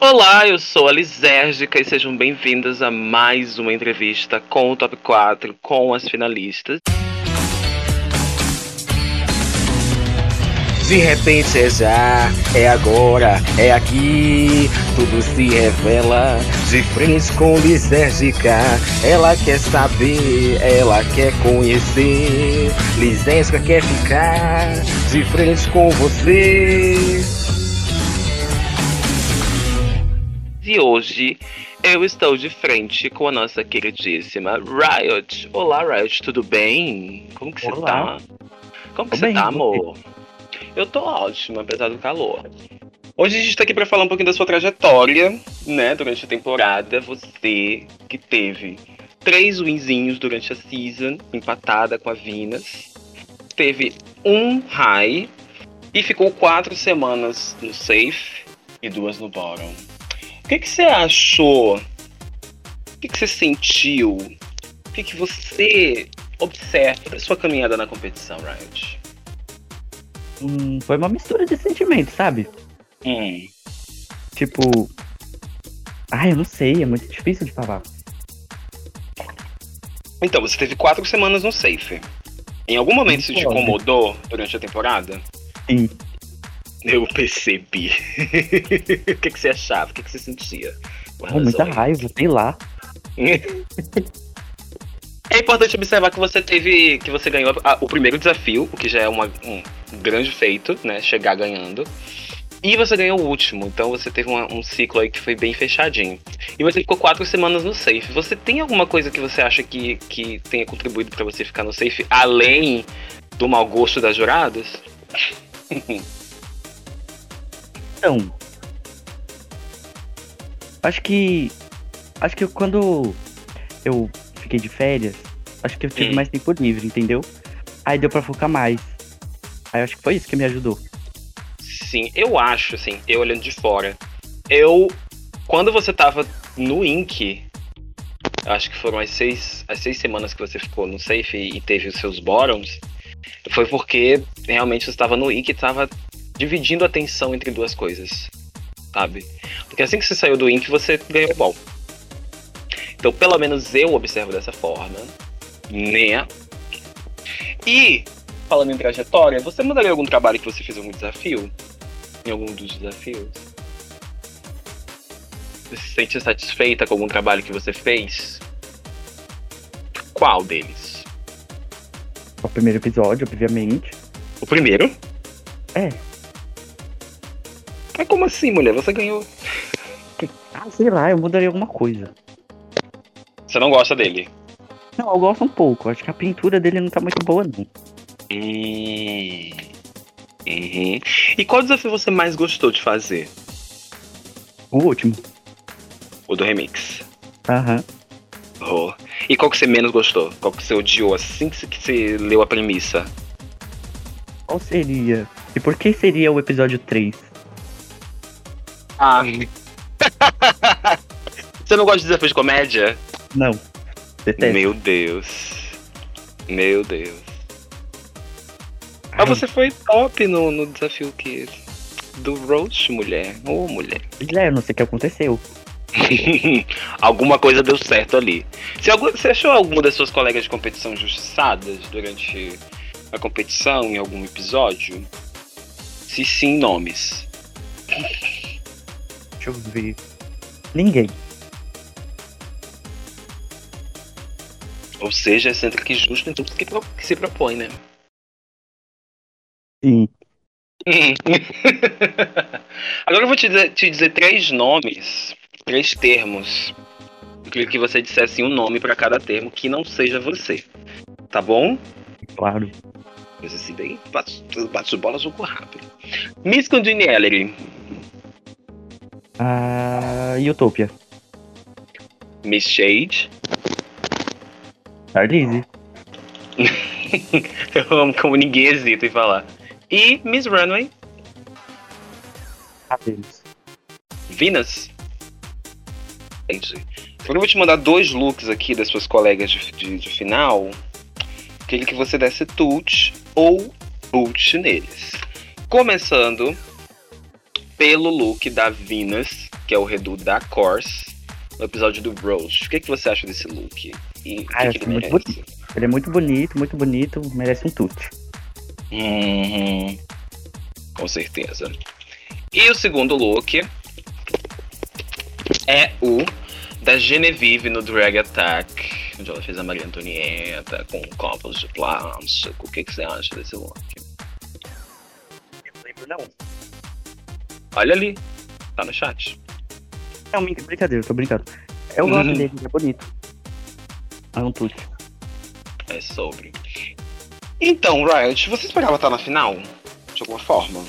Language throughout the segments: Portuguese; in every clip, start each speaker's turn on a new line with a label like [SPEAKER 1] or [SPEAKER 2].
[SPEAKER 1] Olá, eu sou a Lisérgica e sejam bem-vindas a mais uma entrevista com o Top 4, com as finalistas.
[SPEAKER 2] De repente é já, é agora, é aqui, tudo se revela. De frente com Lisérgica, ela quer saber, ela quer conhecer. Lisérgica quer ficar de frente com você.
[SPEAKER 1] E hoje eu estou de frente com a nossa queridíssima Riot. Olá, Riot, tudo bem? Como que você
[SPEAKER 3] Olá.
[SPEAKER 1] tá? Como que
[SPEAKER 3] Tô
[SPEAKER 1] você
[SPEAKER 3] bem,
[SPEAKER 1] tá,
[SPEAKER 3] tô
[SPEAKER 1] amor? Eu tô ótima, apesar do calor. Hoje a gente tá aqui pra falar um pouquinho da sua trajetória, né? Durante a temporada, você que teve três winzinhos durante a season, empatada com a Vinas. Teve um high e ficou quatro semanas no safe e duas no bottom. O que, que você achou? O que, que você sentiu? O que, que você observa da sua caminhada na competição, Riot?
[SPEAKER 3] Hum, foi uma mistura de sentimentos, sabe?
[SPEAKER 1] Hum,
[SPEAKER 3] Tipo. Ai, eu não sei, é muito difícil de falar.
[SPEAKER 1] Então, você teve quatro semanas no safe. Em algum momento isso te
[SPEAKER 3] Olha.
[SPEAKER 1] incomodou durante a temporada?
[SPEAKER 3] Sim.
[SPEAKER 1] Eu percebi. o que, que você achava? O que, que você sentia? com
[SPEAKER 3] Ai, muita
[SPEAKER 1] relação a
[SPEAKER 3] raiva, sei lá.
[SPEAKER 1] É importante observar que você teve. que você ganhou a- o primeiro desafio, o que já é uma- um grande feito, né? Chegar ganhando. E você ganhou o último, então você teve uma- um ciclo aí que foi bem fechadinho. E você ficou quatro semanas no safe. Você tem alguma coisa que você acha que, que tenha contribuído pra você ficar no safe, além do mau gosto das juradas?
[SPEAKER 3] Então. Acho que. Acho que quando eu fiquei de férias, acho que eu tive
[SPEAKER 1] Hum.
[SPEAKER 3] mais tempo livre, entendeu? Aí deu pra focar mais. Aí acho que foi isso que me ajudou.
[SPEAKER 1] Sim, eu acho, assim, eu olhando de fora. Eu. Quando você tava no Ink, acho que foram as seis, as seis semanas que você ficou no safe e teve os seus bottoms, foi porque realmente você estava no Ink e tava dividindo a atenção entre duas coisas, sabe? Porque assim que você saiu do Ink, você ganhou o ball. Então, pelo menos eu observo dessa forma, né? E falando em trajetória, você mandaria algum trabalho que você fez algum desafio? Em algum dos desafios? Você se sente satisfeita com algum trabalho que você fez? Qual deles?
[SPEAKER 3] O primeiro episódio, obviamente.
[SPEAKER 1] O primeiro?
[SPEAKER 3] É.
[SPEAKER 1] Mas como assim, mulher? Você ganhou.
[SPEAKER 3] Ah, sei lá, eu mudaria alguma coisa.
[SPEAKER 1] Você não gosta dele?
[SPEAKER 3] Não, eu gosto um pouco. Acho que a pintura dele não tá muito boa, não.
[SPEAKER 1] Hum. Uhum. E qual desafio você mais gostou de fazer?
[SPEAKER 3] O último.
[SPEAKER 1] O do remix.
[SPEAKER 3] Aham.
[SPEAKER 1] Oh. E qual que você menos gostou? Qual que você odiou assim que você- que você leu a premissa?
[SPEAKER 3] Qual seria? E por que seria o episódio 3?
[SPEAKER 1] Ah. Você não gosta de desafio de comédia?
[SPEAKER 3] Não. Detesto.
[SPEAKER 1] Meu Deus. Meu Deus.
[SPEAKER 3] Ai,
[SPEAKER 1] Mas você foi top no, no desafio que. Do Roach, mulher. Ô, mulher.
[SPEAKER 3] pois é, eu não sei o que aconteceu.
[SPEAKER 1] Alguma coisa deu certo ali. Se algum- você achou alguma das suas colegas de competição injustiçadas durante a competição em algum episódio? Se sim, nomes.
[SPEAKER 3] Deixa eu ver. Ninguém.
[SPEAKER 1] Ou seja, é sempre que justo em tudo que, pro- que se propõe, né?
[SPEAKER 3] Sim.
[SPEAKER 1] Hum. Agora eu vou te dizer, te dizer três nomes, três termos. Eu queria que você dissesse um nome pra cada termo que não seja você. Tá bom?
[SPEAKER 3] Claro.
[SPEAKER 1] Mas assim daí, bate, bate bola, jogo rápido. Miss Congeniality.
[SPEAKER 3] Ah. Utopia.
[SPEAKER 1] Miss Shade.
[SPEAKER 3] Tardize.
[SPEAKER 1] Eu amo como ninguém hesita em falar. E Miss Runway.
[SPEAKER 3] Adeus.
[SPEAKER 1] Venus? Entendi. Agora eu vou te mandar dois looks aqui das suas colegas de, de- de final. Aquele que você desse tult ou boot neles. Começando pelo look da Venus, que é o Redu da Corse, no episódio do Bros. O que, que você acha desse look? E o que
[SPEAKER 3] Ah, eu
[SPEAKER 1] que, ele
[SPEAKER 3] acho muito
[SPEAKER 1] merece?
[SPEAKER 3] bonito. Ele é muito bonito, muito bonito, merece um tute.
[SPEAKER 1] Uhum. Com certeza. E o segundo look é o da Genevieve no Drag Attack, onde ela fez a Maria Antonieta com copos de plástico. O que, que você acha desse look?
[SPEAKER 3] Não lembro, não.
[SPEAKER 1] Olha ali, tá no chat.
[SPEAKER 3] Não, minha, É um brincadeira, eu tô brincando. Eu gosto
[SPEAKER 1] Uhum.
[SPEAKER 3] dele, ele é bonito. É um tute.
[SPEAKER 1] É sobre. Então, Riot, você esperava estar na final? De alguma forma?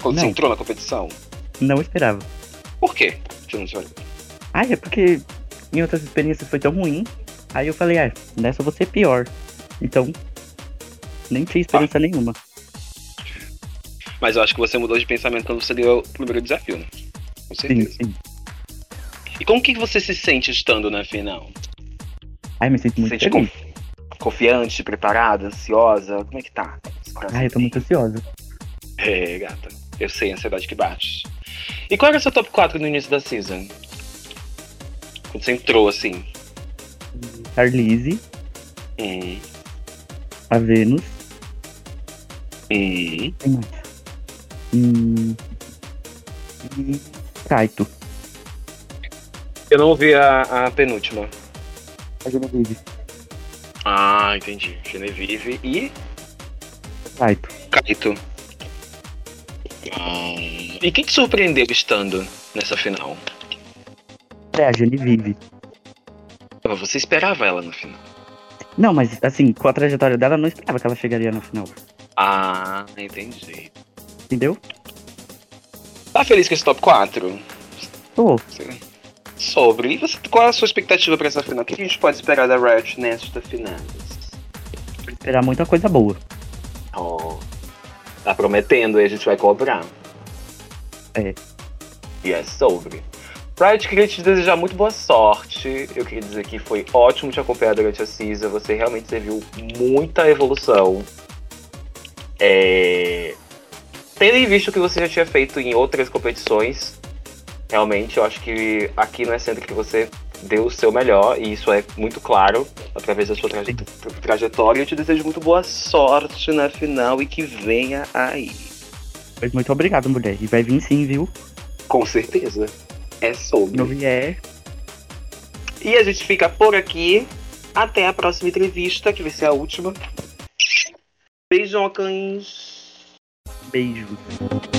[SPEAKER 1] Quando você
[SPEAKER 3] Não.
[SPEAKER 1] entrou na competição?
[SPEAKER 3] Não esperava.
[SPEAKER 1] Por quê? Você não esperava?
[SPEAKER 3] Ah, é porque em outras experiências foi tão ruim. Aí eu falei, ah, nessa eu vou ser pior. Então, nem tinha esperança nenhuma.
[SPEAKER 1] Mas eu acho que você mudou de pensamento quando você deu o primeiro desafio, né? Com
[SPEAKER 3] Sim,
[SPEAKER 1] certeza.
[SPEAKER 3] sim.
[SPEAKER 1] E como que você se sente estando na final?
[SPEAKER 3] Ai, me sinto muito
[SPEAKER 1] Sente
[SPEAKER 3] feliz.
[SPEAKER 1] Confiante, preparada, ansiosa? Como é que tá? Esse coração?
[SPEAKER 3] Ai, eu tô muito ansiosa.
[SPEAKER 1] É, gata. Eu sei a ansiedade que bate. E qual era o seu top 4 no início da season? Quando você entrou, assim.
[SPEAKER 3] Charlize,
[SPEAKER 1] Hum,
[SPEAKER 3] a Vênus.
[SPEAKER 1] hum.
[SPEAKER 3] Quem mais? Hum. E. Kaito.
[SPEAKER 1] Eu não ouvi a, a penúltima.
[SPEAKER 3] A Genevieve.
[SPEAKER 1] Ah, entendi. Genevieve e
[SPEAKER 3] Kaito.
[SPEAKER 1] Kaito. Hum. E quem te surpreendeu estando nessa final?
[SPEAKER 3] É, a Genevieve.
[SPEAKER 1] Mas Você esperava ela no final.
[SPEAKER 3] Não, mas assim, com a trajetória dela, eu não esperava que ela chegaria no final.
[SPEAKER 1] Ah, entendi.
[SPEAKER 3] Entendeu?
[SPEAKER 1] Tá feliz com esse top 4?
[SPEAKER 3] Tô.
[SPEAKER 1] Sim. Sobre. E você, qual é a sua expectativa pra essa final? O que a gente pode esperar da Riot nesta final?
[SPEAKER 3] esperar muita coisa boa.
[SPEAKER 1] Oh, tá prometendo e a gente vai cobrar.
[SPEAKER 3] É.
[SPEAKER 1] E é sobre. Riot, queria te desejar muito boa sorte. Eu queria dizer que foi ótimo te acompanhar durante a season. Você realmente serviu muita evolução. É... Tendo em vista o que você já tinha feito em outras competições, realmente eu acho que aqui não é sempre que você deu o seu melhor, e isso é muito claro através da sua traje- tra- trajetória. Eu te desejo muito boa sorte na final e que venha aí.
[SPEAKER 3] Mas muito obrigado, mulher. E vai vir sim, viu?
[SPEAKER 1] Com certeza. É sobre.
[SPEAKER 3] No vier.
[SPEAKER 1] E a gente fica por aqui. Até a próxima entrevista, que vai ser a última. Beijocas.
[SPEAKER 3] Beijo.